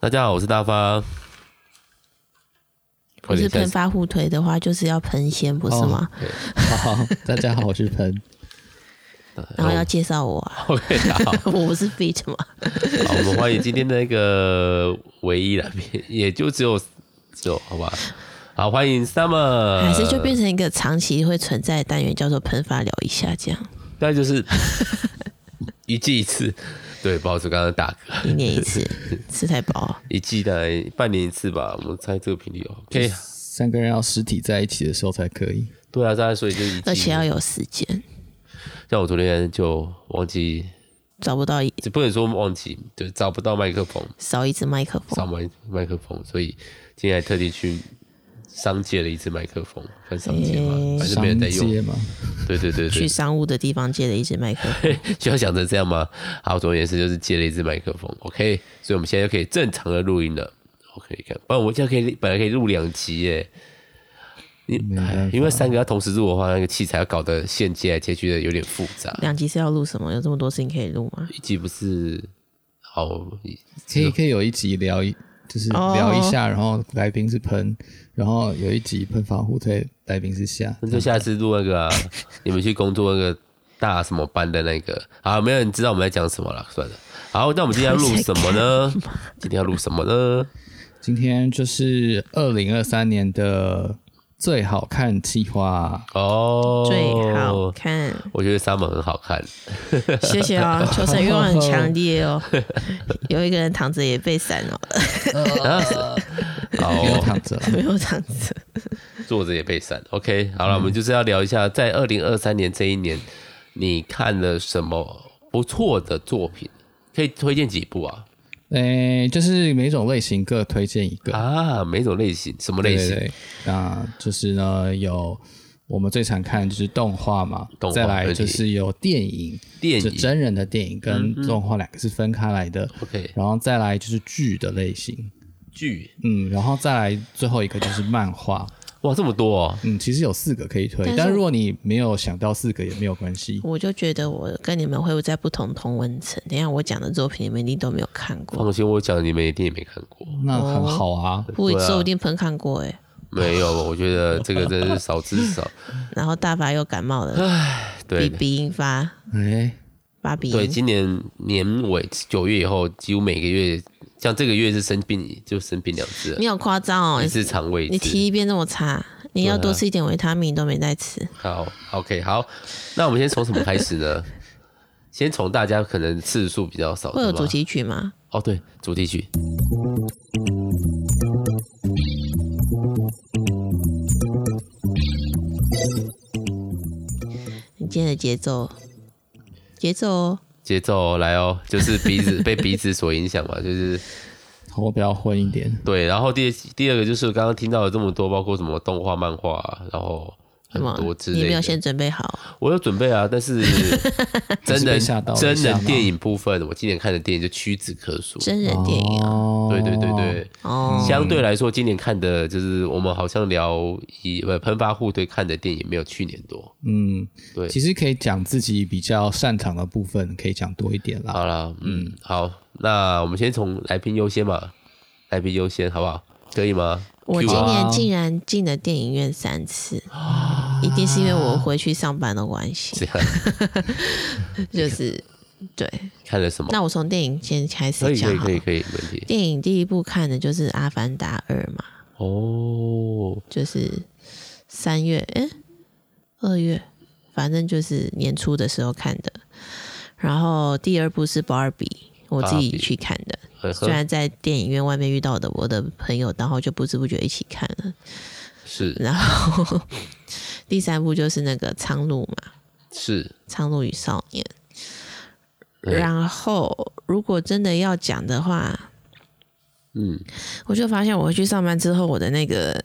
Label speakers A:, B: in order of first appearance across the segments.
A: 大家好，我是大发。
B: 不是喷发护腿的话，就是要喷先，不
A: 哦
B: 是吗？
C: 好，大家好，我是 彭。
A: 然
B: 然
A: 后
B: 后要介绍我、啊，
A: OK，好，
B: 我不是 fit 吗？
A: 好，我们欢迎今天的一个唯一来宾，也就只有只有好吧。好，欢迎 Summer，
B: 还是就变成一个长期会存在的单元，叫做喷发聊一下这样，
A: 大概就是 一季一次，对，不好意思，刚刚打嗝，
B: 一年一次， 吃太饱啊。
A: 一季大概半年一次吧，我们猜这个频率哦。OK，
C: 啊三个人要实体在一起的时候才可以。
A: 对啊，大概所以就一季，
B: 而且要有时间，
A: 像我昨天就忘记，
B: 找不到一
A: 就不能说忘记，对，找不到麦克风，
B: 少一支麦克
A: 找
B: 风，
A: 麦麦克风，所以今天还特地去商借了一支麦克风，算商借嘛，
B: 诶
A: 反正
C: 商
A: 没人在用
C: 街。嘛，
A: 对对对对
B: 去，商务的地方借了一支麦克 风。
A: 就要想着这样吗？好，总而言之就是借了一支麦克风，OK，所以我们现在就可以正常的录音了。OK，看，不然我现在可以本来可以录两集耶。你
C: 没办法
A: 哎因为三个要同时录的话，那个器材要搞得线接来接去的有点复杂。
B: 两集是要录什么？有这么多事情可以录吗？
A: 一集不是好，
C: 可以可以有一集聊一，就是
B: 哦
C: 聊一下，然后来宾是彭，然后有一集喷防护推，来宾是夏。
A: 那就下次录那个啊，你们去工作那个大什么班的那个。好，没有人知道我们在讲什么了，算了。好，那我们今天要录什么呢？今天要录什么呢？
C: 今天就是二零二三年的最好看计划，
A: 哦，
B: 最好看，
A: 我觉得 Summer 很好看，
B: 谢 谢啊，求生欲望很强烈哦。有一个人躺着也被闪哦，
A: 好哦
C: 不用躺着 了。
B: 没有躺着。
A: 坐着也被闪。OK，好了，我们就是要聊一下，在二零二三年这一年，你看了什么不错的作品？可以推荐几部啊？
C: 诶、就是每种类型各推荐一个。
A: 啊，每种类型，什么类型？
C: 对对对那就是呢，有我们最常看就是动画嘛，
A: 动画
C: 再
A: 对
C: 来就是有电影，
A: 电
C: 就
A: 影嗯
C: 真人的电影跟动画两个是分开来的，
A: ？OK，
C: 然后再来就是剧的类型，
A: 剧
C: 嗯，然后再来最后一个就是漫画，
A: 哇，这么多哦！
C: 嗯，其实有四个可以推
B: 但，是
C: 但如果你没有想到四个也没有关系，
B: 我就觉得我跟你们会在不同同温层。等一下我讲的作品你们一定都没有看过，
A: 放心，我讲你们一定也没看过，
C: 那很好啊，
B: 不，
A: 对啊
B: 说不定喷看过哎。
A: 没 有，我觉得这个真是少之少。
B: 然后大发又感冒了，鼻
A: 对
B: 鼻音发
C: 哎，
B: 发鼻
A: 对，
B: 音，
A: 今年年尾九月以后，几乎每个月，像这个月是生病就生病两次了，
B: 你好夸张哦
A: 一！次肠胃，一
B: 你
A: 次啊
B: 提一遍这么差，你要多吃一点维他命你都没在吃。
A: 好，OK，好，那我们先从什么开始 呢？先从大家可能次数比较少
B: 会
A: 的
B: 有
A: 吧
B: 主题曲吗？
A: 哦，对，主题曲。
B: 你今天的节奏，节奏哦，
A: 节奏来哦，就是鼻 子被鼻子所影响嘛，就是
C: 头比较昏一点，
A: 对。然后第第二个就是刚刚听到的这么多，包括什么动画、漫画啊、然后
B: 什
A: 很
B: 么
A: 多？之
B: 你
A: 类
B: 没有
A: 的。
B: 先准备好？
A: 我有准备啊，但是真
C: 还是被
A: 人
C: 吓到了
A: 真
C: 吓
A: 人
C: 到
A: 电影部分，我今年看的电影就屈指可数。
B: 真人电影啊？
C: 哦
A: 对对对对，
B: 哦，
A: 相对来说，今年看的就是我们好像聊以呃喷发互对看的电影没有去年多。
C: 嗯，
A: 对
C: 其实可以讲自己比较擅长的部分，可以讲多一点啦。
A: 好啦，嗯，好，那我们先从来宾优先吧，来宾优先好不好？可以吗？
B: 我
A: Q
B: 今
A: 啊
B: 年竟然进了电影院三次，
A: 啊
B: 一定是因为我回去上班的关系，
A: 这样
B: 就是对。
A: 看了什么？
B: 那我从电影先开始
A: 哦可以可
B: 讲
A: 以
B: 好
A: 可以
B: 了。
A: 可以，没问题。
B: 电影第一部看的就是《呃阿凡达二》嘛，
A: 哦，
B: 就是三月，诶，二月，反正就是年初的时候看的。然后第二部是《芭比》，我自己
A: Barbie
B: 去看的。
A: 呵
B: 虽
A: 呵
B: 然在电影院外面遇到的我的朋友，然后就不知不觉一起看了。
A: 是
B: 然后 第三部就是那个《苍鹭》嘛，
A: 是，
B: 《苍鹭与少年》。
A: 对
B: 然后如果真的要讲的话，
A: 嗯，
B: 我就发现我回去上班之后，我的那个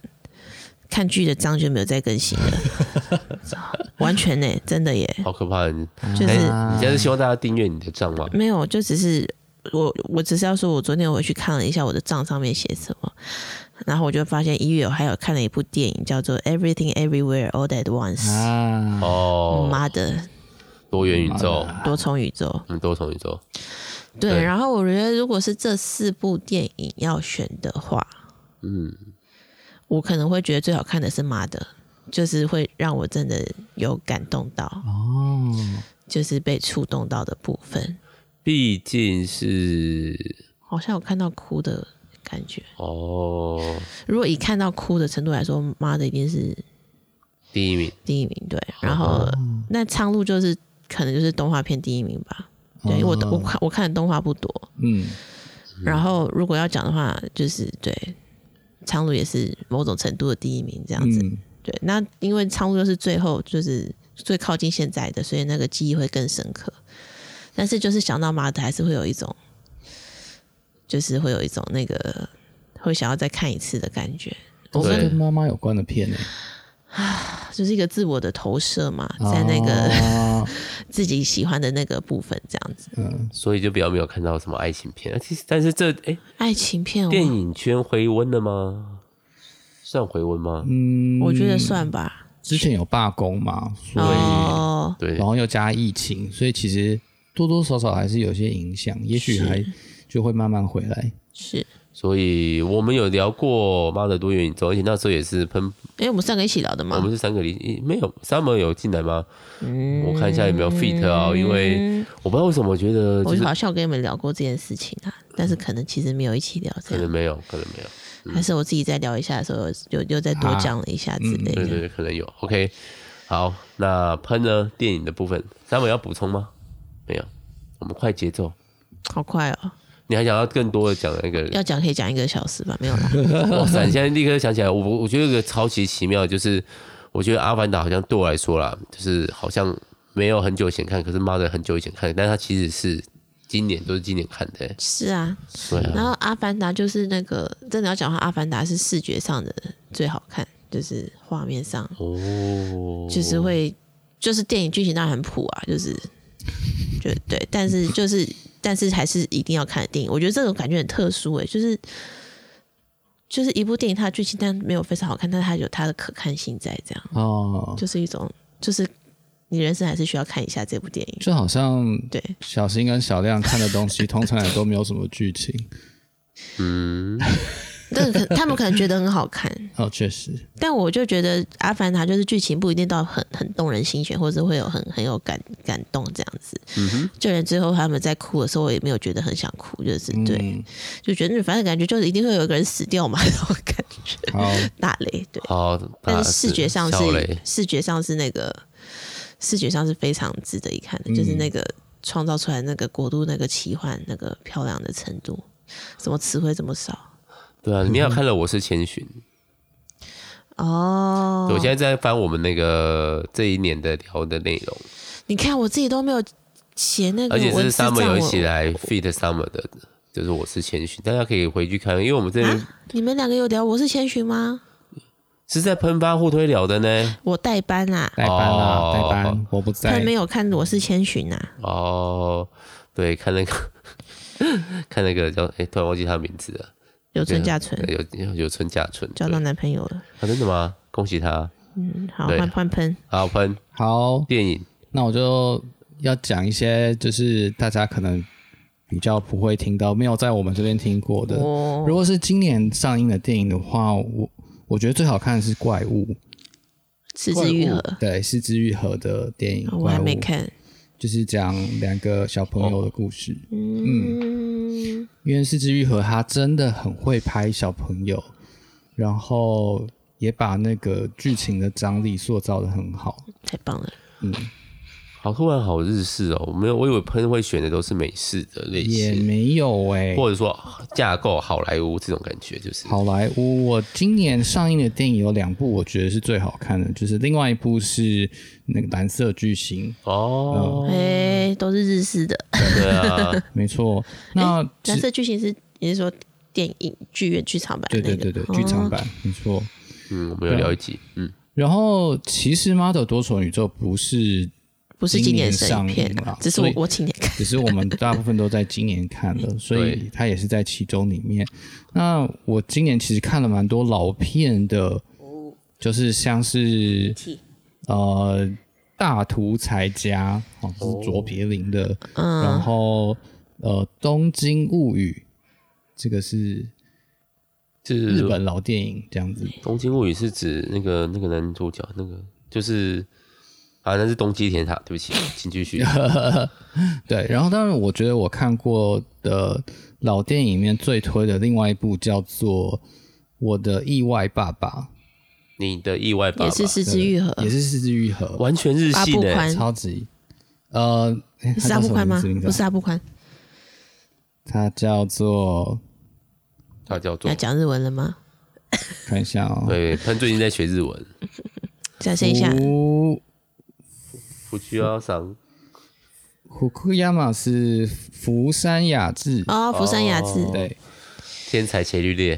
B: 看剧的章就没有再更新了， 完全呢、真的耶，
A: 好可怕！你
B: 就是
A: 哎你现在是希望大家订阅你的账吗？
B: 没有，就只是我，我只是要说，我昨天回去看了一下我的账上面写什么，然后我就发现一月我还有看了一部电影叫做《Everything Everywhere All at Once
C: 啊，》
A: 哦，
B: 妈的
A: 多元宇宙，嗯
B: 多重宇宙，
A: 嗯，多重宇宙，
B: 对，
A: 哦啊对
B: 然后我觉得如果是这四部电影要选的话，
A: 嗯，
B: 我可能会觉得最好看的是《妈的》，就是会让我真的有感动到，
C: 哦，
B: 就是被触动到的部分，
A: 毕竟是
B: 好像有看到哭的感觉。
A: 哦
B: 如果以看到哭的程度来说，《妈的》一定是
A: 第一名，
B: 第一名，对。然后那《苍鹭》就是可能就是动画片第一名吧。对，因为我我看我看的动画不多，
C: 嗯，
B: 然后如果要讲的话，就是对苍鹭也是某种程度的第一名这样子。
C: 嗯，
B: 对，那因为苍鹭又是最后就是最靠近现在的，所以那个记忆会更深刻。但是就是想到马德，还是会有一种，就是会有一种那个会想要再看一次的感觉，
C: 都是
A: 对
C: 跟妈妈有关的片诶，
B: 就是一个自我的投射嘛，在
C: 哦
B: 那个自己喜欢的那个部分这样子。
C: 嗯，
A: 所以就比较没有看到什么爱情片。啊其实，但是这哎，
B: 爱情片
A: 电
B: 我，
A: 影圈回温了吗？算回温吗？
C: 嗯
B: 我觉得算吧。
C: 之前有罢工嘛，
A: 嗯
C: 所以
B: 哦，
A: 对
C: 然，后又加疫情，所以其实多多少少还是有些影响，也许
B: 是
C: 还就会慢慢回来。
B: 是
A: 所以我们有聊过《妈的多元宇宙》，而且那时候也是喷，
B: 因为我们三个一起聊的
A: 我
B: 嘛
A: 们。是三个零，诶没有 Summer 有进来吗？
B: 嗯
A: 我看一下有没有 fit 啊，因为我不知道为什么我觉得就
B: 我
A: 是
B: 好像有跟你们聊过这件事情啊，但是可能其实没有一起聊这
A: 可
B: 样
A: 能，没有，可能没有。
B: 还是我自己在聊一下的时候又又再多讲了一下之类
A: 对
B: 的。
A: 啊嗯对对，可能有。OK，好，那喷呢？电影的部分，三位要补充吗？没有，我们快节奏。
B: 好快哦，
A: 你还想要更多的讲那个？
B: 要讲可以讲一个小时吧，没 有啦。
A: 哇塞！你现在立刻想起来，我我我觉得有个超级奇妙，就是我觉得《阿凡达》好像对我来说啦，就是好像没有很久以前看，可是妈的很久以前看，但它其实是今年都是今年看的、欸。
B: 是啊，
A: 对啊，
B: 然后《阿凡达》就是那个真的要讲的话，《阿凡达》是视觉上的最好看，就是画面上
A: 哦，
B: 就是会就是电影剧情当然很普啊，就是就对，但是就是但是还是一定要看的电影。我觉得这种感觉很特殊诶、就是就是一部电影它的剧情但没有非常好看，但是它有它的可看性在，这样
C: 哦，
B: 就是一种就是你人生还是需要看一下这部电影。
C: 就好像
B: 对，
C: 小新跟小亮看的东西，通常也都没有什么剧情。
A: 嗯，
B: 但可他们可能觉得很好看，
C: 哦，确实，
B: 但我就觉得《阿凡达》就是剧情不一定到很很动人心弦，或者会有很很有感感动这样子。就连最后他们在哭的时候，我也没有觉得很想哭，就是对，
C: 嗯
B: 就觉得嗯反正感觉就是一定会有一个人死掉嘛， 那种感觉
C: 好，
B: 大雷对。
A: 好，
B: 但
A: 打
B: 是视觉上
A: 啊小
B: 是
A: 雷
B: 视觉上是那个视觉上是非常值得一看的，
A: 嗯
B: 就是那个创造出来那个国度那个奇幻那个漂亮的程度，什么词汇这么少
A: 对啊，你要看了《我是千寻》
B: 哦
A: 我现在在翻我们那个这一年的聊的内容，
B: 你看我自己都没有写那个
A: 而且
B: 文啊
A: 是
B: 字账，
A: Summer 有一
B: 我
A: 起来 feed Summer 的，就是《我是千寻》，大家可以回去看，因为我们这边
B: 啊，你们两个有聊我是千寻吗？
A: 是在喷发互推聊的呢。
B: 我代班啦、
C: 代班啦，
A: 哦
C: 代班，我不
B: 他
C: 在
B: 们。没有看我是千寻啊呐、
A: 哦，对，看那个， 看那个叫哎、突然忘记他名字了。
B: 有存假存
A: 对有有有春假春，
B: 交
A: 对
B: 到男朋友了，
A: 啊，真的吗？恭喜他！
B: 嗯，好
A: 对
B: 换换喷，
A: 好喷
C: 好，
A: 电影，
C: 那我就要讲一些，就是大家可能比较不会听到，没有在我们这边听过的。
B: 哦
C: 如果是今年上映的电影的话，我我觉得最好看的是《怪物》，
B: 四肢愈合，
C: 对，是之愈合的电影。
B: 我还没
C: 怪物
B: 看，
C: 就是讲两个小朋友的故事。
B: 哦嗯，
C: 因为四之愈合他真的很会拍小朋友，然后也把那个剧情的张力塑造的很好。
B: 太棒了，
A: 好突然好日式哦，我没有，我以为喷会选的都是美式的类
C: 也
A: 型，
C: 没有哎、
A: 或者说啊架构好莱坞这种感觉，就是
C: 好莱坞，我今年上映的电影有两部，我觉得是最好看的，就是另外一部是那个《蓝色巨星
A: 哦，
B: 哎、都是日式的，
A: 对啊，》，
C: 没错。那
B: 蓝
C: 只
B: 色剧情是你是说电影剧院剧场版
C: 对
B: 那
C: 对
B: 个？
C: 对对，
B: 哦
C: 剧场版没错。
A: 嗯，我们
C: 啊
A: 有聊一集，嗯，
C: 然后其实《Model 多重宇宙》不是
B: 不是今年神
C: 上
B: 一
C: 映
B: 片
C: 啦
B: 啊，只是
C: 所
B: 我
C: 以
B: 我请年看，
C: 只是我们大部分都在今年看了，所以它也是在其中里面。那我今年其实看了蛮多老片的，就是像是呃大屠财家哦，就是卓别林的，然后呃，《东京物语》，这个是
A: 是
C: 日本老电影这样子。
A: 《东京物语》是指那个那个男主角，那个就是啊，那是东基铁塔。对不 起，请继续。
C: 对，然后当然，我觉得我看过的老电影里面最推的另外一部叫做《我的意外爸爸
A: 你的意外爸
B: 也
A: 爸
C: 啊
B: 是四肢愈合》，，
C: 也是四肢愈合，
A: 完全日
B: 阿
A: 系
B: 布
A: 的、
B: 宽
C: 超级呃，诶
B: 是
C: 它
B: 阿
C: 叫
B: 布
C: 什么
B: 宽
C: 名
B: 吗
C: 字？名字
B: 不
C: 啊
B: 是阿布宽，
C: 它叫做
A: 他叫
B: 你
A: 做
B: 要讲日文了吗？
C: 看一下哦，
A: 对，潘最近在学日文。
B: 展现一下，
C: 福
A: 不需要上
C: 福库亚马是福山雅治，
B: 哦，福山雅治，
A: 哦
C: 对，
A: 天才伽利略，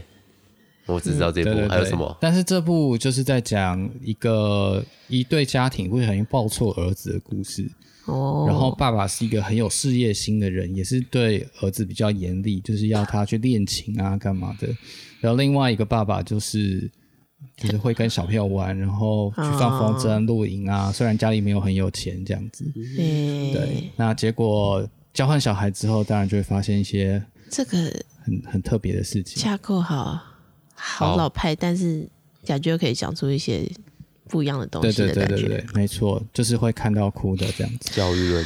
A: 我只知道这部，
C: 嗯对对对
A: 还有什么？
C: 但是这部就是在讲一个一对家庭不小心抱错儿子的故事。
B: 哦，
C: 然后爸爸是一个很有事业心的人，也是对儿子比较严厉，就是要他去练琴啊，干嘛的。然后另外一个爸爸就是就是会跟小朋友玩，然后去放
B: 哦
C: 风筝、露营啊，虽然家里没有很有钱这样子。
B: 哎
C: 对，那结果交换小孩之后，当然就会发现一些
B: 这个
C: 很很特别的事情。
B: 架构好好
A: 好
B: 老派，但是感觉可以讲出一些不一样的东
C: 对
B: 西
C: 对
B: 的
C: 对
B: 感
C: 对
B: 觉
C: 对，，没错，就是会看到哭的这样子。
A: 教育论。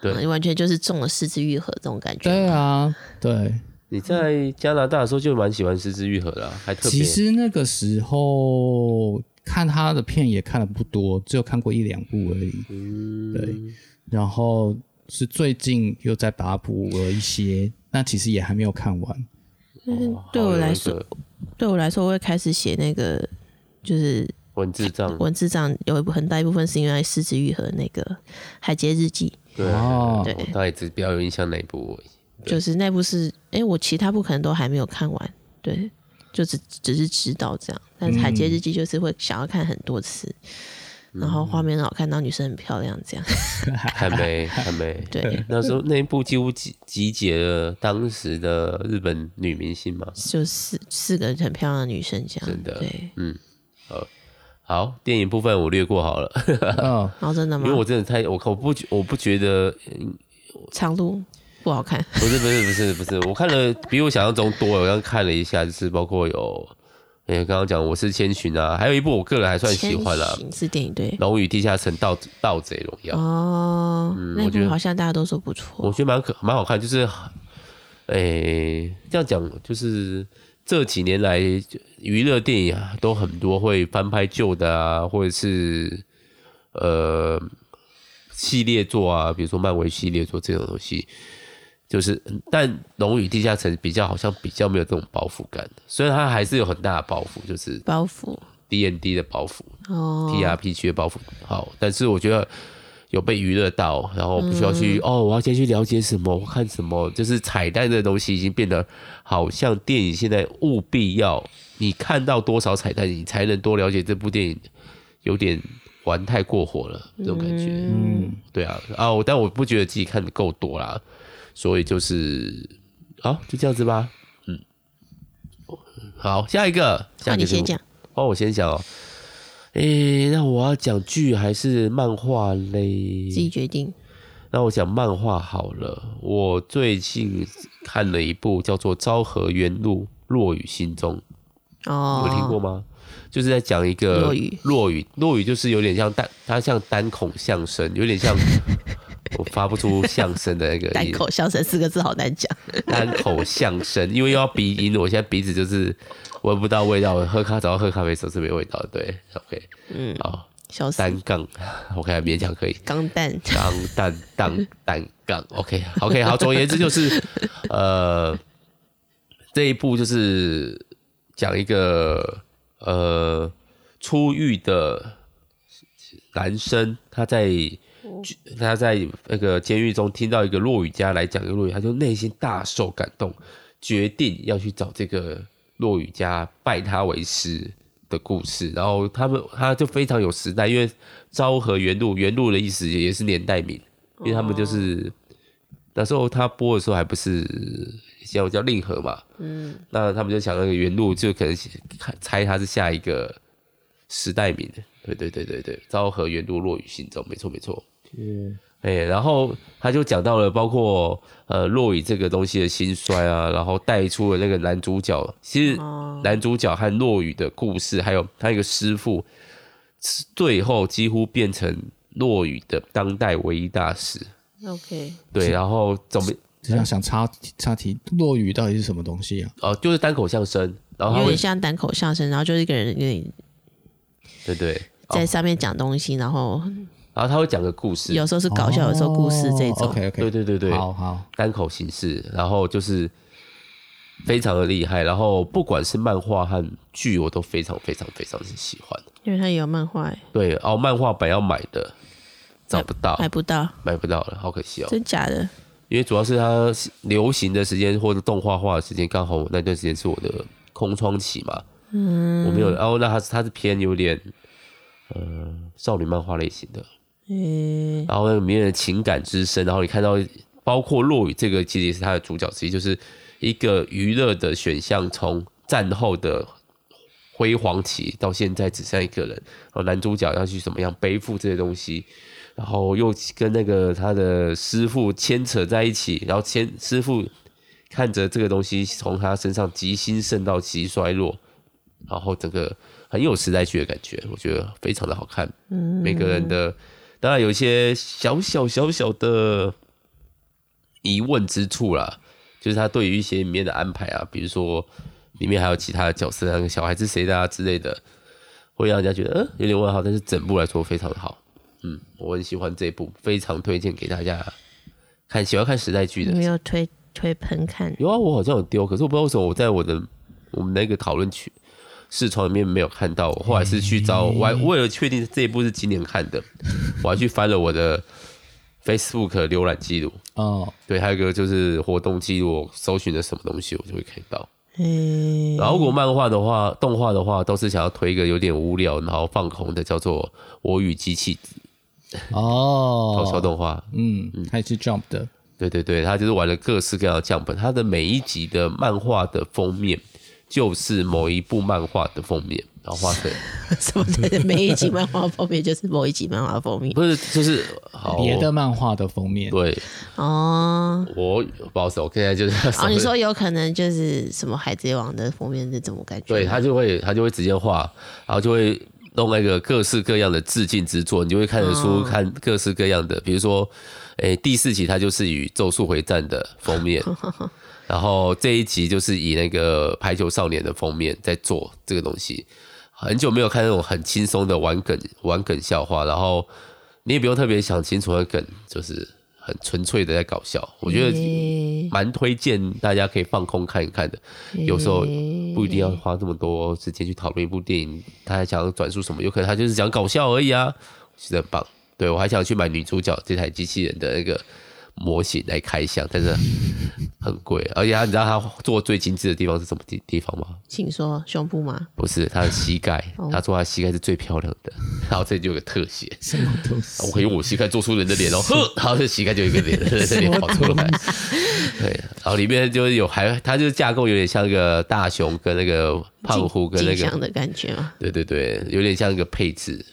A: 对
B: 嗯完全就是中了四肢愈合这种感觉。
C: 对啊，对，
A: 你在加拿大的时候就蛮喜欢失之愈合的啊、还特别
C: 其实那个时候看他的片也看的不多，只有看过一两部而已。
A: 嗯
C: 对，然后是最近又再把它补了一些，那其实也还没有看 完。
B: 但是
A: 哦
B: 嗯对
A: 好
B: 我
A: 有
B: 来
A: 那
B: 说
A: 个，
B: 对我来说，我会开始写那个，就是
A: 文字障
B: 文字上有一部很大一部分是因为四肢愈合那个《海街日记
A: 对，
C: 哦
A: 我大概只比较有印象那一部而已。》，
B: 就是那部是，哎、我其他部可能都还没有看完，对，就只只是知道这样。但是《海街日记》就是会想要看很多次，
A: 嗯
B: 然后画面很好看，然后女生很漂亮，这样。
A: 还没，还没。
B: 对，
A: 那时候那一部几乎集集结了当时的日本女明星嘛，
B: 就四四个很漂亮的女生这样，
A: 真的
B: 对，
A: 嗯，好，好，电影部分我略过好了，
C: 嗯，
B: 然后真的
A: 因
B: 吗
A: 为？我真的太我靠，我不觉我不觉得，
B: 长路不好看，
A: 不是不是不是不是，我看了比我想象中多，我刚看了一下，就是包括有，哎、刚刚讲我是千寻啊，还有一部我个人还算喜欢啦、
B: 千寻是电影对
A: 龙与地下城盗盗贼荣耀》
B: 哦，那
A: 嗯我觉
B: 部
A: 得
B: 好像大家都说不错
A: 我，觉得蛮可蛮好看，就是，诶、这样讲就是这几年来娱乐电影啊，都很多会翻拍旧的啊，或者是呃系列作啊，比如说漫威系列作这种东西。就是，但《龙与地下城》比较好像比较没有这种包袱感，虽然它还是有很大的包袱，就是
B: 包袱
A: D N D 的包袱，
B: 哦，
A: T R P G 的包袱好，但是我觉得有被娱乐到，然后不需要
B: 嗯
A: 去、哦，我要先去了解什么，我看什么，就是彩蛋的东西已经变得好像电影现在务必要你看到多少彩蛋，你才能多了解这部电影，有点玩太过火了这种感觉。嗯，对啊，啊，我但我不觉得自己看的够多啦，所以就是好、就这样子吧。嗯，好，下一个，下
B: 那
A: 一个
B: 你
A: 是
B: 先
A: 我
B: 讲，
A: 哦，我先想哦。诶、那我要讲剧还是漫画
B: 自己
A: 嘞？
B: 决定。
A: 那我讲漫画好了。我最近看了一部叫做《昭和元路落雨心中》，
B: 哦，
A: 有听过吗？就是在讲一个
B: 落语
A: 落雨，落雨就是有点像单，它像单孔相声，有点 像我发不出相声的那个
B: 单
A: 音
B: 口相声四个字好难讲，
A: 单口相声，因为又要鼻音，我现在鼻子就是闻不到味道。我喝咖早上喝咖啡的时候是没味道的，对，OK，嗯，好，
B: 笑死，
A: 单杠，OK，勉强可以。
B: 钢 蛋
A: 当当当单 杠，OK OK，好，总而言之就是，呃，这一部就是讲一个呃出狱的男生，他在他在那个监狱中听到一个落雨家来讲一个落雨，他就内心大受感动，决定要去找这个落雨家拜他为师的故事。然后他们他就非常有时代，因为昭和元禄元禄的意思也是年代名，因为他们就是、那时候他播的时候还不是叫叫令和嘛，嗯，那他们就想那个元禄就可能猜他是下一个时代名，对对对对对，昭和元禄落雨心中，没错没错。哎、然后他就讲到了包括呃落雨这个东西的兴衰啊，然后带出了那个男主角，其实
B: 哦
A: 男主角和落雨的故事，还有他一个师傅，最后几乎变成落雨的当代唯一大师。
B: ，OK，
A: 对，然后怎么
C: 只想想插插题，落雨到底是什么东西啊？
A: 哦、就是单口相声，然后他
B: 有
A: 会
B: 点像单口相声，然后就是一个人有点
A: 对对，
B: 在上面讲东西，然后
A: 然后他会讲个故事，
B: 有时候是搞笑，有时候故事这种。
C: OK OK，
A: 对对对对，
C: 哦好好，
A: 单口形式，然后就是非常的厉害，然后不管是漫画和剧，我都非常非常非常喜欢。
B: 因为他也有漫画欸，
A: 对哦，漫画版要买的找不到，
B: 买不到，
A: 买不到了，好可惜哦。
B: 真假的？
A: 因为主要是它流行的时间或者动画化的时间，刚好我那段时间是我的空窗期嘛，嗯，我没有。然后那它它是偏有点呃少女漫画类型的，
B: 嗯，
A: 然后那个里面的情感之深，然后你看到包括落雨这个其实也是它的主角之一，就是一个娱乐的选项，从战后的辉煌期到现在只剩一个人，然后男主角要去怎么样背负这些东西，然后又跟那个他的师傅牵扯在一起，然后牵师傅看着这个东西从他身上极兴盛到极衰落，然后整个很有时代剧的感觉，我觉得非常的好看。每个人的当然有一些小小小小的疑问之处啦，就是他对于一些里面的安排啊，比如说里面还有其他的角色，那个小孩是谁的啊之类的，会让人家觉得嗯有点问号，但是整部来说非常的好。嗯，我很喜欢这一部，非常推荐给大家看。喜欢看时代剧的
B: 没，有推推喷看，
A: 有啊，我好像有丢，可是我不知道为什么我在我的我们那个讨论区视窗里面没有看到。我后来是去找，我还为了确定这一部是今年看的，我还去翻了我的 Facebook 浏览记录。
C: 哦，
A: 对，还有一个就是活动记录，我搜寻了什么东西，我就会看到。
B: 嗯，
A: 然后如果漫画的话，动画的话，都是想要推一个有点无聊，然后放空的，叫做《我与机器》搞笑
C: 哦，
A: 动画。
C: 嗯，它也是 Jump 的，
A: 对对对，他就是玩了各式各样的降本，他的每一集的漫画的封面就是某一部漫画的封面，然后画成
B: 什么的，每一集漫画封面就是某一集漫画封面
A: 不是就是好
C: 别的漫画的封面，
A: 对
B: 哦。
A: 我不好意思，我现在就是
B: 哦，你说有可能就是什么《海贼王》的封面是怎么感觉？
A: 对他就会他就会直接画，然后就会弄那个各式各样的致敬之作，你就会看得出
B: 哦
A: 看各式各样的，比如说，诶、第四集它就是以《咒术回战》的封面，然后这一集就是以那个《排球少年》的封面在做这个东西。很久没有看那种很轻松的玩梗玩梗笑话，然后你也不用特别想清楚的梗，就是很纯粹的在搞笑。我觉得
B: 诶
A: 蛮推荐大家可以放空看一看的。有时候不一定要花这么多时间去讨论一部电影，他还想要转述什么，有可能他就是想搞笑而已啊，觉得很棒。对我还想去买女主角这台机器人的那个模型来开箱，但是很贵，而且他你知道他做最精致的地方是什么地地方吗？
B: 请说胸部吗？
A: 不是他的膝盖
B: 哦，
A: 他说他膝盖是最漂亮的，然后这里就有个特写，
C: 什么东西？
B: 哦
A: 我可以用我膝盖做出人的 脸哦，呵，然后这膝盖就有一个脸在这里跑出来，对，然后里面就是有还，它就是架构有点像一个大熊跟那个胖虎跟那
B: 镜像
A: 个，
B: 的感觉吗？
A: 对对对，有点像一个配置，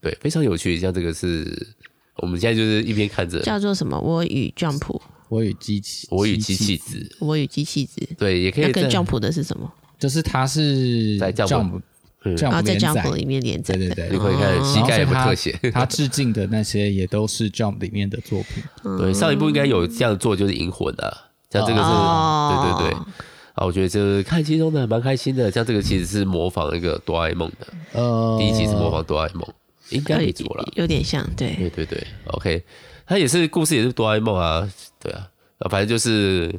A: 对，非常有趣。像这个是我们现在就是一边看着
B: 叫做什么？我与 Jump，
C: 我与机器，
A: 我与机器，子，
B: 我与机器子。
A: 对，也可
B: 那
A: 以
B: 跟
A: 在
B: Jump 的是什么？
C: 就是它是
A: 在 Jump
C: Jump
A: 嗯
C: Jump
B: 然后哦在
C: 连载
B: Jump 里面连载
C: 对对
B: 的。
C: 对，
A: 你可以
B: 哦
A: 看膝盖有没有特写。
C: 他致敬的那些也都是 Jump 里面的作品。
A: 对，上一部应该有这样做，就是《银魂》啊，像这个是，
B: 哦
A: 对对对。啊，我觉得就是看轻松的，蛮开心的。像这个其实是模仿那个哆啦 A 梦的，
C: 呃，
A: 第一集是模仿哆啦 A 梦，应该没错啦。
B: 有点像，对，
A: 对对对，OK，它也是故事也是哆啦 A 梦啊，对啊，啊反正就是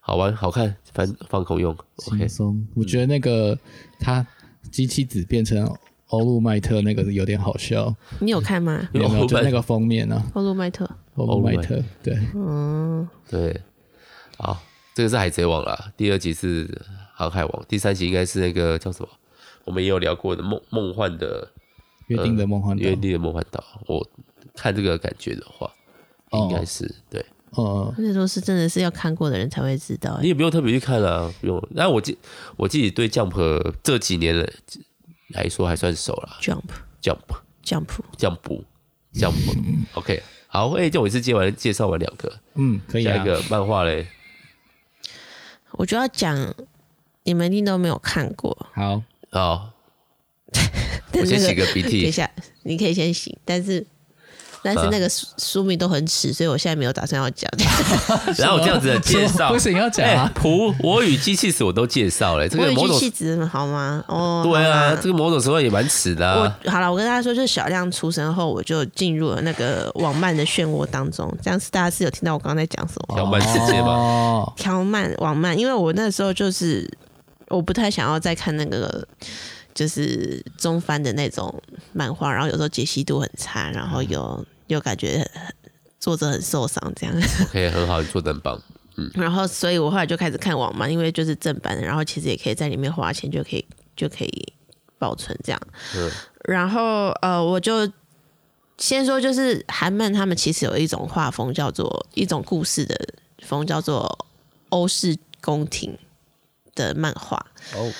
A: 好玩好看，反正放空用，OK
C: 轻。松。我觉得那个他机器子变成欧陆麦特那个有点好笑，
B: 你有看吗？
A: 因
C: 有
A: 为
C: 没 有？
A: 欧
C: 就
A: 本
C: 那个封面啊，
B: 欧陆麦特，
C: 欧陆麦特，对，
B: 嗯，
A: 对，好，这个是海贼王啦，第二集是航海王，第三集应该是那个叫什么？我们也有聊过的梦梦幻的
C: 约定的梦幻岛
A: 原，地的梦幻岛，我看这个感觉的话，
C: 哦
A: 应该是、对。
C: 呃，
B: 那都是真的是要看过的人才会知道
A: 你。也不用特别去看啦、不用。但我自我自己对 Jump 这几年来来说还算熟啦
B: Jump
A: j u m p
B: Jump，
A: Jump Jump，OK，、好，哎、这我是介完介绍完两个，
C: 嗯，可以
A: 下
C: 啊
A: 一。个漫画嘞，
B: 我就要讲，你们一定都没有看过。
C: 好，
A: 好，
B: 但
A: 我先
B: 那
A: 擤个鼻
B: 等一
A: 涕。
B: 下，你可以先醒，但是但是那个书书名都很耻，所以我现在没有打算要讲。
A: 然后我这样子的介绍，
C: 不行要讲
A: 哎，
C: 啊。
A: 普我与机器死我都介绍了，这
B: 我
A: 个
B: 有
A: 某
B: 句
A: 种
B: 气质好吗？哦，
A: 对
B: 好
A: 啊，
B: 啦
A: 这个某种程度也蛮耻的啊。
B: 我好了，我跟大家说，就是小亮出生后，我就进入了那个网漫的漩涡当中。这样是大家是有听到我刚刚在讲什么？
A: 哎小曼世界嘛
C: 哦，
B: 条漫网漫，因为我那时候就是我不太想要再看那个就是中翻的那种漫画，然后有时候解析度很差，然
A: 嗯
B: 后有又感觉很作者很受伤 这样，
A: OK，很好，你做的很棒。
B: 然后所以我后来就开始看网漫，因为就是正版的，然后其实也可以在里面花钱就可以就可以保存这样。
A: 嗯
B: 然后呃，我就先说，就是韩漫他们其实有一种画风叫做一种故事的风叫做欧式宫廷的漫画，
A: 哦，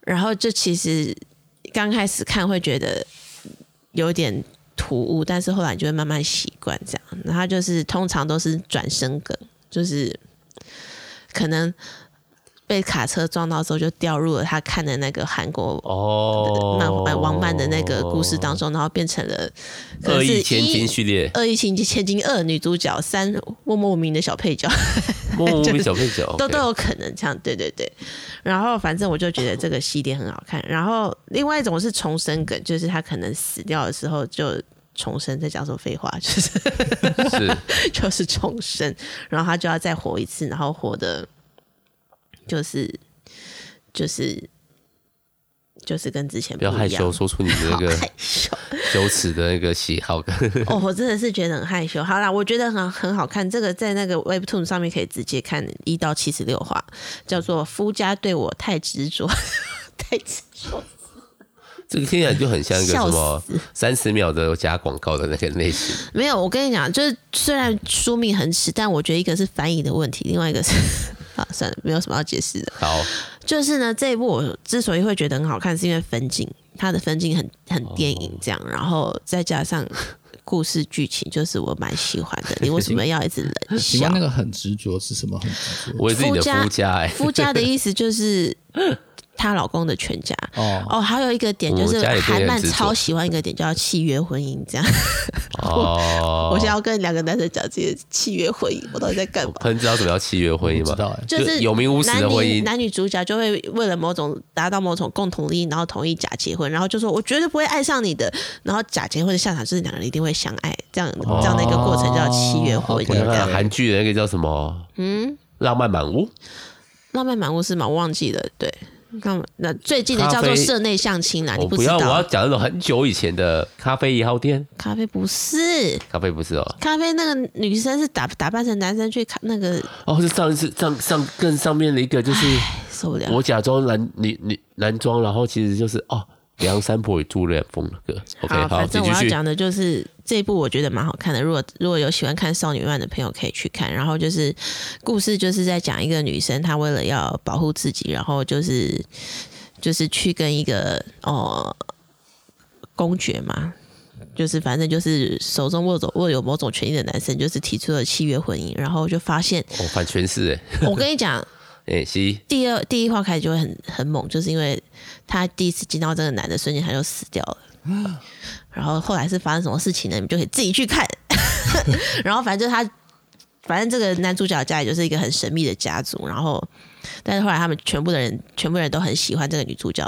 B: 然后就其实刚开始看会觉得有点突兀，但是后来你就会慢慢习惯这样。然后它就是通常都是转身梗，就是可能被卡车撞到之后就掉入了他看的那个韩国
A: 哦，
B: 漫呃王漫的那个故事当中，然后变成了可
A: 恶
B: 能是
A: 意千金
B: 一
A: 序列，
B: 恶意千金千金二女主角三默默无名的小配角，
A: 默 默无名小配角，
B: 都
A: OK
B: 都有可能这样，对对对。然后反正我就觉得这个系列很好看。然后另外一种是重生梗，就是他可能死掉的时候就重生，在讲说废话， 就是
A: 是
B: 就是重生，然后他就要再活一次，然后活的，就是就是就是跟之前
A: 不
B: 一
A: 要
B: 样。
A: 害羞，说出你的那
B: 好哎
A: 个
B: 害羞。
A: 羞耻的那个喜好。
B: 哦，我真的是觉得很害羞。好啦，我觉得很很好看，这个在那个 Webtoon 上面可以直接看一到七十六话，叫做“夫家对我太执着， 太执着
A: 这个听起来就很像一个什
B: 笑
A: 么三十秒的加广告的那个类型。”。
B: 没有，我跟你讲，就是虽然书名很耻，但我觉得一个是翻译的问题，另外一个是 啊，算了，没有什么要解释的。
A: 好，
B: 就是呢，这一部我之所以会觉得很好看，是因为分镜，它的分镜很很电影这样，然后再加上故事剧情，就是我蛮喜欢的。你为什么要一直冷
C: 请
B: 笑
C: 问？那个很执着是什么？很执着
A: 我也是你的
B: 夫家
A: 夫家哎，
B: 夫家的意思就是她老公的全家。
C: 哦，
B: 哦，还有一个点就
A: 我
B: 是
A: 家也对
B: 韩
A: 很
B: 漫
A: 执着
B: 超喜欢一个点叫契约婚姻，这样。
A: 哦
B: 我现在要跟两个男生讲这些契约婚姻，我到底在干嘛？
A: 喷知道什么叫契约婚姻
C: 不知
A: 吗？
C: 道哎，
B: 就是
A: 哦有名无实
B: 男
A: 的婚
B: 女
A: 姻，
B: 男女主角就会为了某种达到某种共同利益，然后同意假结婚，然后就说我绝对不会爱上你的，然后假结婚的下场就是两个人一定会相爱，这样这
A: 哦
B: 样的一个过程叫契约婚
A: 我
B: 姻。
A: 想
B: 这样
A: 看韩剧的那个叫什么？嗯，浪漫满屋。
B: 浪漫满屋是吗？我忘记了，对。那那最近的
A: 咖
B: 叫
A: 啡
B: 做社内相亲啊啦，你
A: 我
B: 知
A: 不要，
B: 道？
A: 我要讲那种很久以前的咖啡一号店。
B: 咖啡不是
A: 咖啡不是哦，
B: 咖啡，那个女生是打打扮成男生去看那个，
A: 哦是上一次上上更上面的一个，就是
B: 受不了。
A: 我假装男女女男装，然后其实就是哦梁山伯与祝瑞风那个。OK，好，
B: 反
A: 请
B: 正我
A: 继
B: 要
A: 续。
B: 讲的就是这一部，我觉得蛮好看的。如果如果有喜欢看少女漫的朋友，可以去看。然后就是故事就是在讲一个女生，她为了要保护自己，然后就是就是去跟一个哦公爵嘛。就是反正就是手中握着握有某种权益的男生，就是提出了契约婚姻，然后就发 现，
A: 哦，反诠释哎
B: 我跟你讲，
A: 哎，西
B: 第二第一话开始就会很很猛，就是因为他第一次见到这个男的瞬间他就死掉了，然后后来是发生什么事情呢？你们就可以自己去看。 然后反正就是他，反正这个男主角家里就是一个很神秘的家族，然后但是后来他们全部的人全部人都很喜欢这个女主角。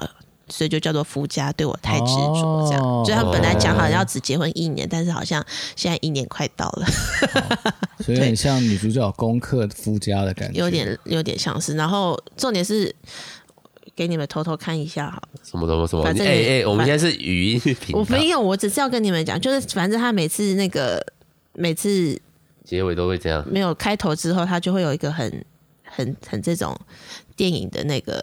B: 所以就叫做夫家对我太执着，这样。
C: 哦
B: 所以他们本来讲好要只结婚一年，但是好像现在一年快到了。
C: 所以很像女主角攻克夫家的感觉，
B: 有点有点像是。然后重点是给你们偷偷看一下好了，
A: 什么什么什么？
B: 反正你
A: 哎哎，我们
B: 反
A: 现在是语音频
B: 我
A: 道，
B: 没有，我只是要跟你们讲，就是反正他每次那个每次
A: 结尾都会这 样。
B: 没有开头之后，他就会有一个很很很这种电影的那个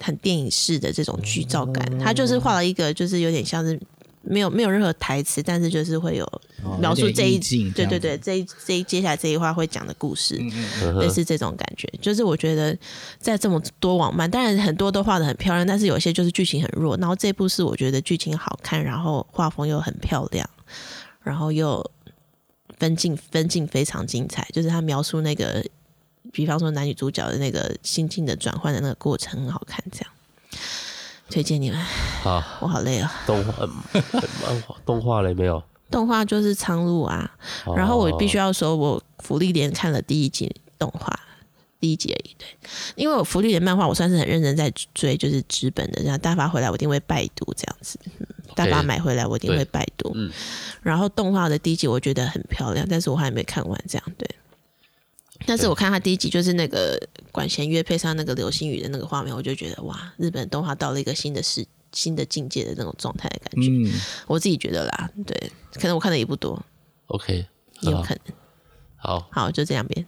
B: 很电影式的这种剧照感，
C: 哦
B: 他就是画了一个就是有点像是。没有没有任何台词，但是就是会有
C: 哦
B: 描述
C: 有点
B: 这一
C: 意境
B: 对
C: 样子
B: 对对，这一这一接下来这一话会讲的故事，
A: 嗯
B: 类
A: 哼
B: 似这种感觉。就是我觉得在这么多网漫，当然很多都画的很漂亮，但是有些就是剧情很弱。然后这部是我觉得剧情好看，然后画风又很漂亮，然后又分镜分镜非常精彩，就是他描述那个，比方说男女主角的那个心境的转换的那个过程很好看，这样推荐你们。
A: 好，
B: 我好累哦。
A: 动画、嗯很漫画动画了没有？
B: 动画就是苍鹭啊，
A: 哦
B: 然后我必须要说，我福利连看了第一集动画，第一集而已。对，因为我福利连漫画，我算是很认真在追，就是纸本的。这样大发回来，我一定会拜读这样子。嗯大发买回来，我一定会拜读。
A: 嗯
B: 然后动画的第一集我觉得很漂亮，但是我还没看完。这样对。但是我看他第一集就是那个管弦乐配上那个流星雨的那个画面，我就觉得哇，日本动画到了一个新的世、新的境界的那种状态的感觉。
C: 嗯，
B: 我自己觉得啦，对，可能我看的也不多，
A: ，OK，
B: 也
A: 很
B: 有
A: 好
B: 可能。
A: 好，
B: 好，就这两边，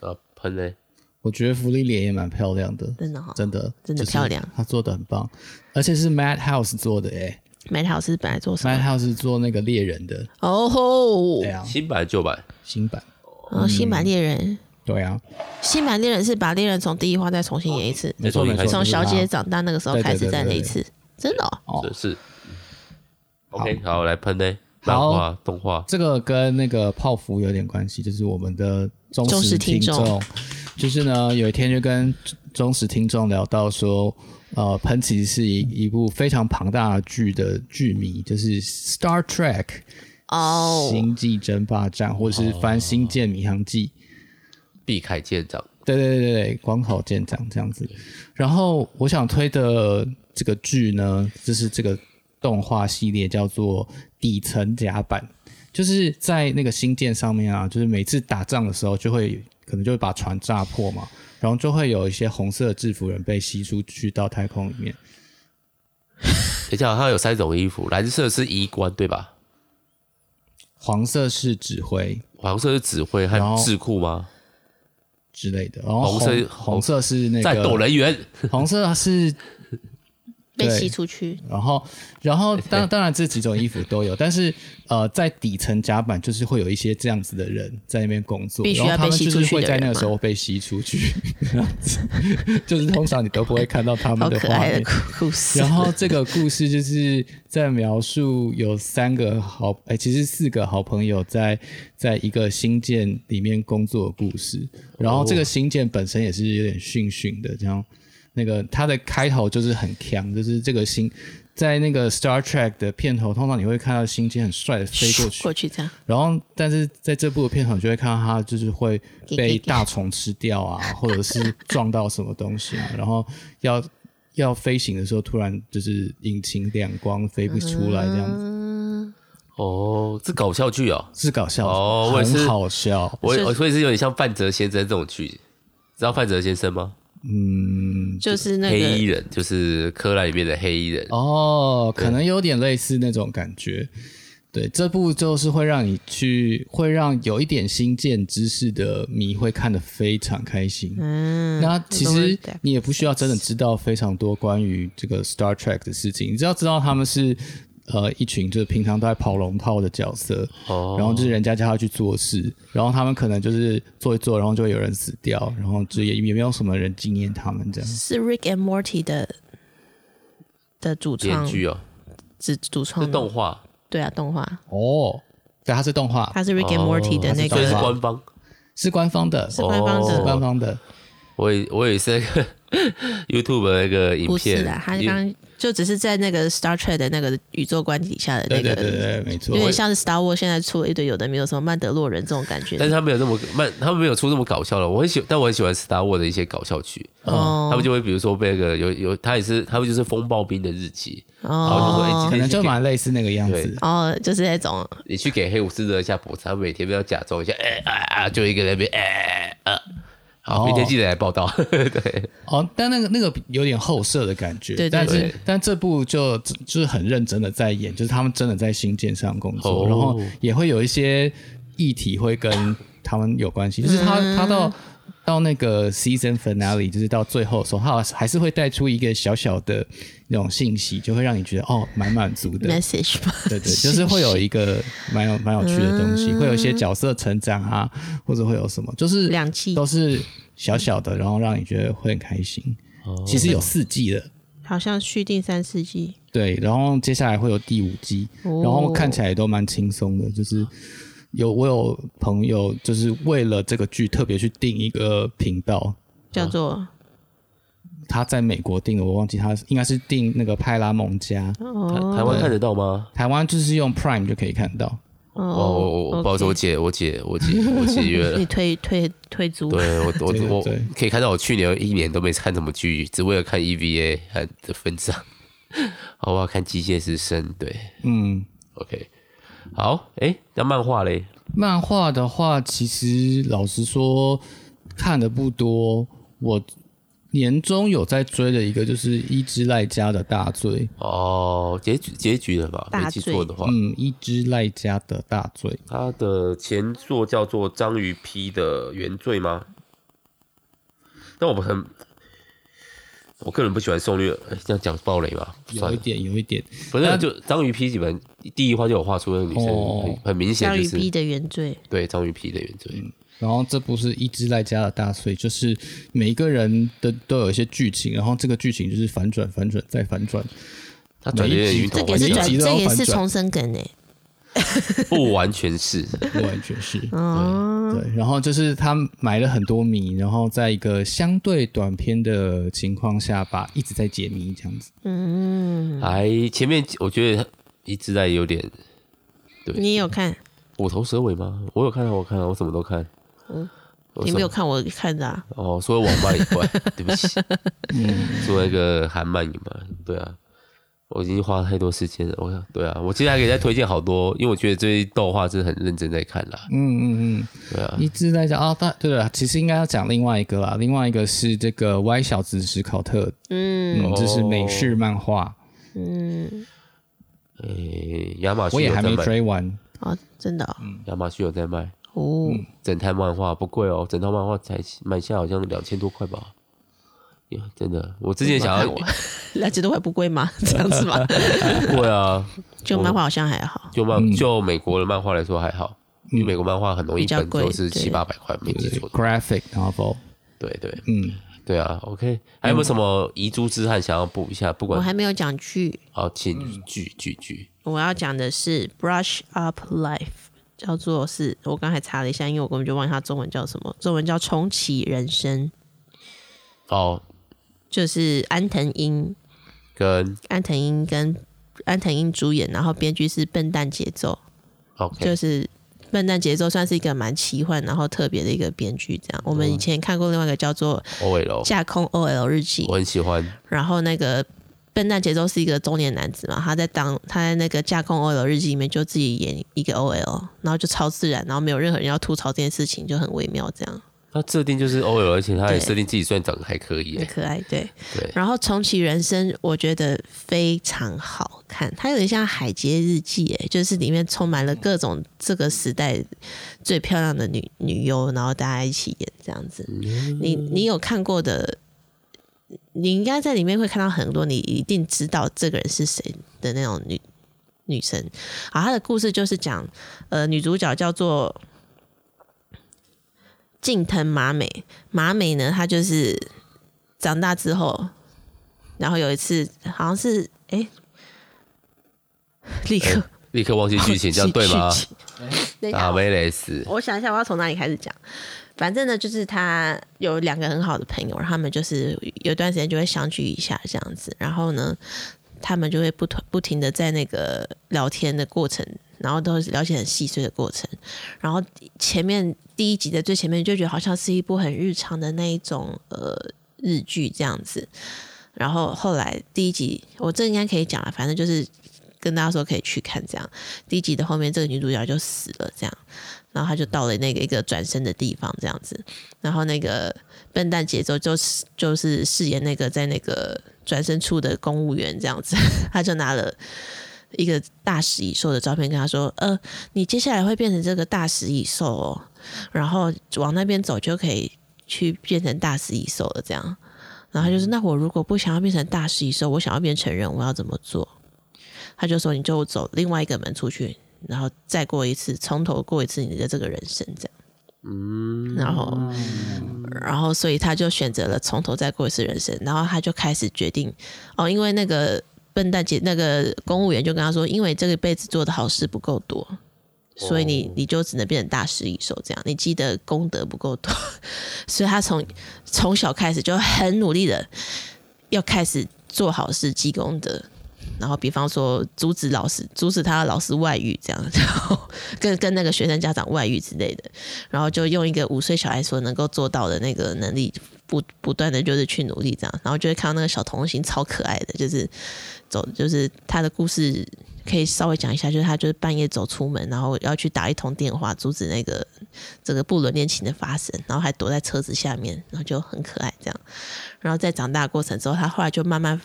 A: 呃，喷嘞，
C: 我觉得福利脸也蛮漂亮的，
B: 真的哈、
C: 真的
B: 真的
C: 就是
B: 漂亮
C: 他做的很棒，而且是 Madhouse 做的诶、
B: 美老师本来做什
C: m a d
B: 么？
C: h o u s e 做那个猎人的，
B: 哦吼
C: 对，啊，
A: 新版旧版，
C: 新版，
B: 然后新版猎人，
C: 对啊，
B: 新版猎人是把猎人从第一话再重新演一次，
C: 没错
A: 从一
C: 没
A: 开
C: 错，
A: 始
B: 从
C: 就是
B: 小姐
C: 他
B: 长大那个时候
C: 对对
B: 开始
C: 对
B: 再
C: 对
B: 那一
C: 对
B: 次，真的哦，
C: 哦
A: 这，是嗯，OK，好，来喷嘞，漫
C: 好
A: 画、动画，
C: 这个跟那个泡芙有点关系，就是我们的忠
B: 忠实
C: 实
B: 听
C: 听
B: 众
C: 众，就是呢，有一天就跟忠实听众聊到说，呃，喷奇是一一部非常庞大的剧的剧迷，就是《Star Trek》
B: 哦
C: 星际争霸战》，或者是《翻星舰迷航记》
A: 碧凯舰长，
C: 对对对对，光头舰长这样子。然后我想推的这个剧呢，就是这个动画系列叫做《底层甲板》，就是在那个星舰上面啊，就是每次打仗的时候，就会可能就会把船炸破嘛，然后就会有一些红色的制服人被吸出去到太空里面。
A: 等一下，它有三种衣服，蓝色是衣冠对吧？
C: 黄色是指挥
A: 黄色是指挥
C: 然
A: 和
C: 后
A: 智库吗？
C: 之类的，然后
A: 红色
C: 红红色是那
A: 战斗
C: 个
A: 人员，
C: 红色是
B: 被
C: 对
B: 吸出去，
C: 然后，然后 当当然这几种衣服都有，但是呃，在底层甲板就是会有一些这样子的人在那边工作，
B: 必须要
C: 然后他
B: 被
C: 们
B: 吸
C: 就
B: 出
C: 是
B: 去
C: 会
B: 的
C: 在那
B: 人
C: 个时候被吸出去， 这样子就是通常你都不会看到他
B: 好
C: 们的
B: 可
C: 画
B: 爱的
C: 面。
B: 故故事
C: 然。后这个故事就是在描述有三个好，哎、其实四个好朋友在在一个新建里面工作的故事。然后这个新建本身也是有点逊逊的，这样那个它的开头就是很强，就是这个新在那个 Star Trek 的片头，通常你会看到新建很帅的飞过去，
B: 过去这样，
C: 然后，但是在这部的片场你就会看到它就是会被大虫吃掉啊，或者是撞到什么东西啊，然后要要飞行的时候，突然就是引擎亮光飞不出来，这样子、
B: 嗯，
C: 嗯
A: 哦，是搞笑剧哦，
C: 是搞笑的
A: 哦我也是
C: 很好笑。
A: 我
B: 是
A: 我所以是有点像范泽先生这种剧，知道范泽先生吗？
C: 嗯，
B: 就是那
A: 黑衣
B: 个
A: 人就是柯南里面的黑衣人，
C: 哦，可能有点类似那种感觉。对，这部就是会让你去，会让有一点新建知识的迷会看得非常开心。
B: 嗯，
C: 那其实
B: Lower Deck
C: 你也不需要真的知道非常多关于这个 Star Trek 的事情，你只要知道他们是呃一群就是平常都在跑龙套的角色，
A: 哦
C: 然后就是人家叫他去做事，然后他们可能就是做一做，然后就会有人死掉，然后就也也没有什么人纪念他们这样。
B: 是 Rick and Morty 的的主
A: 面
B: 创，嗯
A: 具哦，
B: 主主创
A: 是
B: 的
A: 动画，
B: 对啊，动画，
C: 哦，对，它是动画，
B: 他是 Rick and
A: 哦
B: Morty 的
C: 它是
B: 那
A: 所以是
B: 个
C: 动画
A: 官方。
C: 是官方的，
B: 是官方
C: 是
B: 的
A: 哦，
C: 官方的。
A: 我以我也是那个 YouTube 的那个影
B: 不
A: 片，
B: 是啦，他
A: 因为
B: 啊刚刚就只是在那个 Star Trek 的那个宇宙观底下的那
C: 对对
B: 个，
C: 对对，没错
B: 有。点像是 Star War 现在出了一堆有的没有什么曼德洛人这种感觉。
A: 但是他没有那么慢，他们没有出那么搞笑的。我很喜，但我很喜欢 Star War 的一些搞笑剧，
B: 哦
A: 他们就会比如说被那个有有，他也是他们就是风暴兵的日记，然后就说哎、
B: 哦
A: 今
C: 可能
A: 天
C: 就
A: 去给
C: 蛮类似那个样
A: 对
C: 子，
B: 哦，就是那种
A: 你去给黑武士热一下脖子，他每天都要假装一下，哎、啊啊，就一个人在那边哎哎啊，好，
C: 哦
A: 明天记得来报道， 对，
C: 哦，但那个那个有点后设的感觉，
B: 对对
C: 但
A: 对
C: 是但这部就就是很认真的在演，就是他们真的在新建上工作，
A: 哦
C: 然后也会有一些议题会跟他们有关系，就是他、他到到那个 season finale，就是到最后的时候，他还是会带出一个小小的那种信息，就会让你觉得哦，蛮满足的。
B: message 嘛。
C: 对 对，就是会有一个蛮有蛮有趣的东西，会有一些角色成长啊，或者会有什么，就是
B: 嗯两季
C: 都是小小的，然后让你觉得会很开心。
B: 嗯
C: 其实有四季的，
B: 好像续订三四季，
C: 对，然后接下来会有第五季，
B: 哦
C: 然后看起来都蛮轻松的，就是有我有朋友就是为了这个剧特别去订一个频道，
B: 叫做
C: 他在美国订的，我忘记他应该是订那个派拉蒙家，
B: 哦
A: 台台湾看得到吗？
C: 台湾就是用 Prime 就可以看到。
A: 哦，我我我不好意思，我解我解我解我解约了
B: 你。退退退租，
A: 对我
C: 对对
A: 我我
C: 对
A: 可以看到，我去年一年都没看什么剧，只为了看 EVA 和的分账， 好不好？看《机械之声》对
C: 嗯，
A: ，OK，好，哎、那漫画嘞？
C: 漫画的话，其实老实说看的不多。我年中有在追的一个就是伊之赖家的大罪，
A: 哦，结局结局了吧？
B: 大
A: 没记错的话，
C: 嗯，伊之赖家的大罪，
A: 他的前作叫做《章鱼批的原罪》吗？但我很，我个人不喜欢宋略，哎这样讲暴雷吧，算
C: 有一
A: 了，
C: 点，有一点，
A: 反正就章鱼批基本第一话就有画出那个女生，
C: 哦
A: 很很明显
B: 章
A: 就
B: 鱼
A: 是
B: B 的原罪，
A: 对章鱼批的原罪。
C: 然后这不是一只赖家的大罪，就是每一个人的都有一些剧情，然后这个剧情就是反转、反转再反转，
A: 他转的有点晕
C: 这
A: 头
B: 这
C: 个
A: 转
B: 个是
C: 也
A: 向
B: 转，
C: 一集都
B: 这
C: 要
B: 个也
C: 反
B: 是
C: 转
B: 重生梗欸诶。
A: 不完全是，
C: 完全是。
B: 哦，
C: 对，然后就是他买了很多谜，然后在一个相对短篇的情况下，把一直在解谜这样子。
B: 嗯，
A: 还前面我觉得一直在有点对
B: 你也有看？
A: 虎头蛇尾吗？我有看啊到，我看到，我什么都看。
B: 嗯
A: 我
B: 你
A: 什
B: 没有看我看的啊？
A: 哦，除了网漫以 外，对不起，
C: 嗯
A: 做一个韩漫影嘛，对啊，我已经花太多时间了。我对啊，我其实还可以再推荐好多，因为我觉得这些动画真的很认真在看啦。
C: 嗯嗯
A: 对啊
C: 嗯，，一直在讲啊，但对了，其实应该要讲另外一个啦，另外一个是这个歪小子史考特，
B: 嗯
C: 嗯，这是美式漫画，
B: 嗯，
A: 诶，亚马
C: 我
A: 逊
C: 也
A: 有
C: 还
A: 在
C: 没
A: 卖，
C: 追完。
B: 哦，真的哦
A: 亚马逊有在卖，
B: 哦，
A: 整套漫画不贵哦，整套漫画才买下好像两千多块吧。呀，真的，我之前想要
B: 那这都还不贵吗？ 这样子吗？
A: 不贵啊，
B: 就漫画好像还好，
A: 就漫就美国的漫画来说还好，因为美国漫画很容易
B: 比较
A: 本
B: 贵
A: 就是七
B: 嗯对
A: 八百块，没记错的话。
C: graphic novel，
A: 对对
C: 嗯，
A: 对啊，OK，还有
B: 嗯
A: 没有什么遗珠之憾想要补一下？不
B: 我
A: 管
B: 还没有讲剧，
A: 好，
B: 嗯
A: 请剧剧剧
B: 我要讲的是《Brush Up Life》，叫做是我刚才查了一下，因为我根本就忘记它中文叫什么，中文叫《重启人生》，
A: 哦，
B: 就是安藤英、
A: 跟
B: 安藤英跟安藤英主演，然后编剧是笨蛋节奏，就
A: OK
B: 是《笨蛋节奏》算是一个蛮奇幻然后特别的一个编剧。这样，我们以前看过另外一个叫做
A: OL，
B: 《架空 OL 日记
A: 我》，很喜欢
B: 然后那个笨蛋节奏是一个中年男子嘛，他在当他在那个《架空 OL 日记》里面就自己演一个 OL，然后就超自然，然后没有任何人要吐槽这件事情，就很微妙这样。
A: 他设定就是 OL，而且他也
B: 对
A: 设定自己算长得还可以
B: 很
A: 耶，
B: 可爱，对。
A: 对
B: 然后重启人生，我觉得非常好看，它有点像《海街日记》哎，就是里面充满了各种这个时代最漂亮的女女优，然后大家一起演这样子。
A: 嗯
B: 你你有看过的？你应该在里面会看到很多你一定知道这个人是谁的那种女女生。好，她的故事就是讲，呃，女主角叫做近藤麻美，麻美呢，她就是长大之后，然后有一次好像是哎、立刻
A: 立刻忘记呃剧 情，这样对吗？ 打梅雷斯
B: 我想一下，我要从哪里开始讲。反正呢，就是他有两个很好的朋友，然后他们就是有段时间就会相聚一下这样子。然后呢，他们就会不断不停的在那个聊天的过程，然后都是了解很细碎的过程。然后前面第一集的最前面就觉得好像是一部很日常的那一种呃日剧这样子。然后后来第一集，我这应该可以讲了，反正就是跟大家说可以去看这样。第一集的后面，这个女主角就死了这样。然后他就到了那个一个转身的地方，这样子。然后那个笨蛋节奏就是就是饰演那个在那个转身处的公务员这样子， 他就拿了一个大食蚁兽的照片跟他说：“呃，你接下来会变成这个大食蚁兽哦，然后往那边走就可以去变成大食蚁兽了。”这样，然后他就是那我如果不想要变成大食蚁兽，我想要变成人，我要怎么做？他就说：“你就走另外一个门出去，然后再过一次，从头过一次你的这个人生，这样。嗯，然后，然后，所以他就选择了从头再过一次人生，然后他就开始决定，哦，因为那个笨蛋姐那个公务员就跟他说，因为这个辈子做的好事不够多，所以你你就只能变成大师一手这样。你积的功德不够多， 所以他从从小开始就很努力的要开始做好事积功德。然后，比方说阻止老师阻止他老师外遇这样， 然后跟跟那个学生家长外遇之类的，然后就用一个五岁小孩所能够做到的那个能力，不不断的就是去努力这样，然后就会看到那个小童星超可爱的，就是走就是他的故事可以稍微讲一下，就是他就是半夜走出门，然后要去打一通电话阻止那个这个不伦恋情的发生，然后还躲在车子下面，然后就很可爱这样，然后在长大过程之后，他后来就慢慢。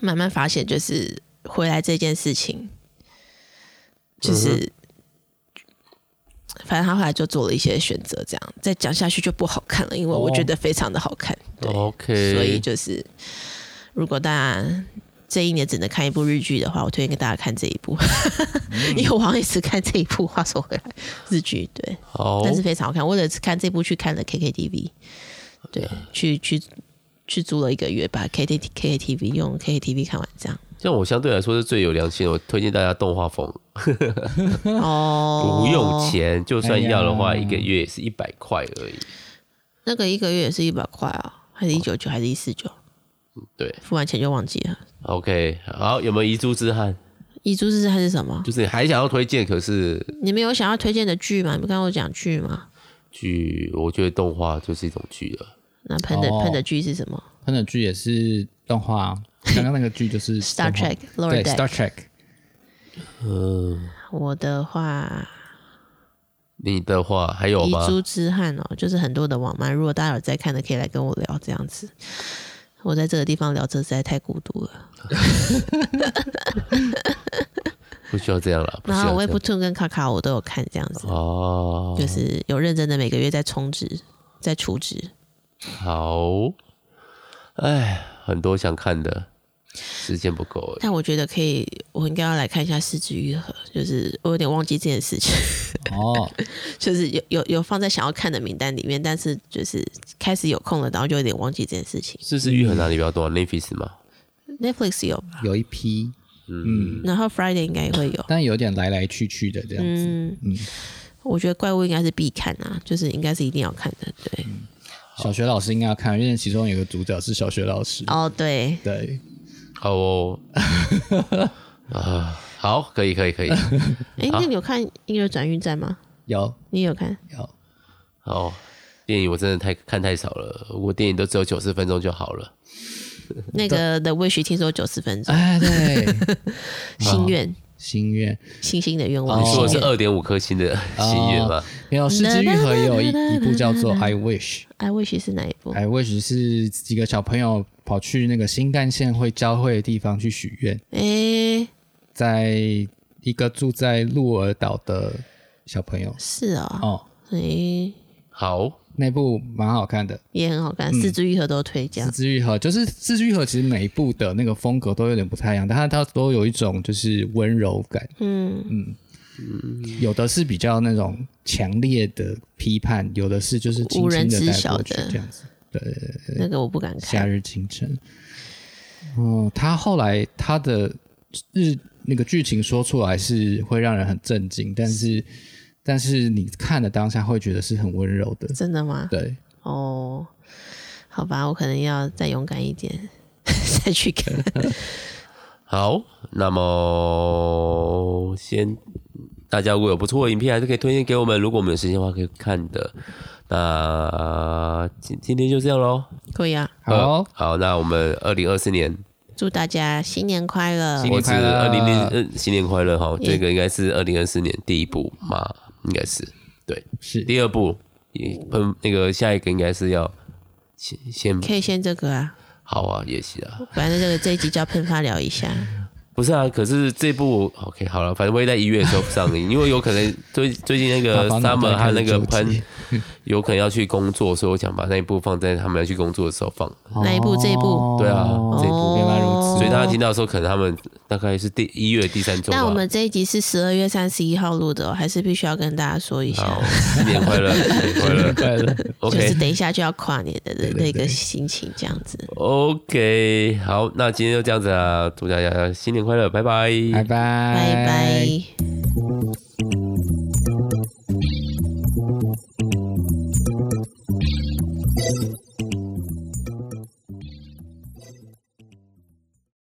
B: 慢慢发现，就是回来这件事情，就是、反正他后来就做了一些选择，这样再讲下去就不好看了，因为我觉得非常的好看，对，
A: OK，
B: 所以就是如果大家这一年只能看一部日剧的话，我推荐给大家看这一部， 因为我好像也只看这一部。话说回来，日剧对，
A: 好，
B: 但是非常好看。我也是看这部去看了 KKTV，对，去去。去租了一个月，把 K T K T V 用 K T V 看完，这样
A: 像我相对来说是最有良心的，我推荐大家动画风，
B: 哦
A: 不用，钱，就算要的话，
C: 哎呀
A: 一个月也是一百块而已。
B: 那个一个月也是一百块啊，还是一九九，还是一四九？
A: 对
B: 付完钱就忘记了。
A: ，OK，好，有没有遗珠之憾？
B: 遗珠之憾是什么？
A: 就是你还想要推荐，可是
B: 你们有想要推荐的剧吗？你们刚刚有讲剧吗？
A: 剧，我觉得动画就是一种剧了。
B: 那喷的
C: 哦
B: 喷的剧是什么
C: 喷的剧也是动画，刚刚那个剧就是
B: ？Star
C: 动画
B: Trek Lower
C: 对
B: Deck。
C: Star Trek，
A: 嗯，
B: 我的话，
A: 你的话还有
B: 遗
A: 吗？
B: 珠之憾哦，就是很多的网漫，如果大家有在看的，可以来跟我聊这样子。我在这个地方聊这实在太孤独了。
A: 不需要这样了，不需
B: 然后
A: 要这
B: Web
A: 样。
B: Two 跟卡卡我都有看这样子。
A: 哦，
B: 就是有认真的每个月在充值，在储值。
A: 好，哎，很多想看的，时间不够了。
B: 但我觉得可以，我应该要来看一下《四肢愈合》，就是我有点忘记这件事情，
C: 哦，
B: 就是有有有放在想要看的名单里面，但是就是开始有空了，然后就有点忘记这件事情。
A: 四肢愈合哪里比较多、啊、？Netflix 吗？
B: Netflix 有吧？
C: 嗯有一批，嗯，
B: 然后 Friday 应该也会有。
C: 但有点来来去去的这样子，
B: 嗯，我觉得怪物应该是必看啊，就是应该是一定要看的。对，
C: 嗯小学老师应该要看，因为其中有个主角是小学老师。
B: 哦对，
C: 对，
A: 好哦，啊，好，可以，可以，可以，
B: 哎，
C: 啊
B: 那你有看《婴儿转运站》吗？
C: 有
B: 你有 看？
C: 有，
A: 好。电影我真的太看太少了，我电影都只有九十分钟就好了。
B: 那个 The Wish 听说九十分钟，
C: 哎，对，哦
B: 心愿，
C: 心愿
B: 星星的愿望，
A: 你说
C: 哦
A: 的
B: 心
A: 是
B: 愿
A: 二点五颗 星的心愿吗？
C: 没有《失之愈合》也有一一部叫做《I Wish》
B: I wish 是哪一部？
C: ，I Wish 是几个小朋友跑去那个新干线会交汇的地方去许愿，
B: 诶、
C: 在一个住在鹿儿岛的小朋友
B: 是啊、
C: 哦，
B: 诶、
A: 好，
C: 那部蛮好看的，
B: 也很好看，四肢愈合都推荐
C: 嗯四。肢愈合就是四肢愈合，其实每一部的那个风格都有点不太一样，但它它都有一种就是温柔感，
B: 嗯，
C: 有的是比较那种强烈的批判，有的是就是轻
B: 无人
C: 轻的
B: 知
C: 带
B: 晓
C: 过去
B: 的
C: 这样子。对，
B: 那个我不敢
C: 夏
B: 看。
C: 日清晨。嗯，他后来他的日那个剧情说出来是会让人很震惊，但是但是你看的当下会觉得是很温柔的。
B: 真的吗？
C: 对，
B: 哦，好吧，我可能要再勇敢一点， 再去 看。
A: 好，那么先大家如果有不错的影片，还是可以推荐给我们。如果我们有时间的话，可以看的。那今今天就这样喽。
B: 可以啊，
C: 好哦、
A: 呃好，那我们二零二四年，
B: 祝大家新年快乐
C: 新！
A: 啊我
C: 年
A: 是
C: 快乐
A: 二零零新年快乐哈，
B: 嗯
A: 这个应该是二零二四年第一部嘛，应该是对，
C: 是
A: 第二部，也嗯，那个下一个应该是要先先
B: 可以先这个啊，
A: 好啊，也行啊，
B: 反正这个这一集叫喷发聊一下。
A: 不是啊，可是这部 OK 好了，反正会在一月的时候上映，因为有可能 最最近那个
C: 爸爸脑袋
A: Summer
C: 开
A: 和
C: 始
A: 那个
C: 纠结
A: 喷有可能要去工作，所以我想把那一部放在他们要去工作的时候放。
B: 哪一部这一部
A: 对啊 这一部
B: 哦
C: 哦原来如此
A: 所以大家听到的时候，可能他们大概是第一月第三周吧。
B: 那我们这一集是十二月三十一号录的、哦，还是必须要跟大家说一下
A: 好，，新年快 乐，新年快乐
C: 快乐，
B: 就
A: ，OK
B: 是等一下就要跨年的的
C: 对
B: 那
C: 对
B: 个
C: 对
B: 心情这样子。
A: OK，好，那今天就这样子啊，祝大家新年快乐，拜拜，
C: 拜拜
B: 拜拜。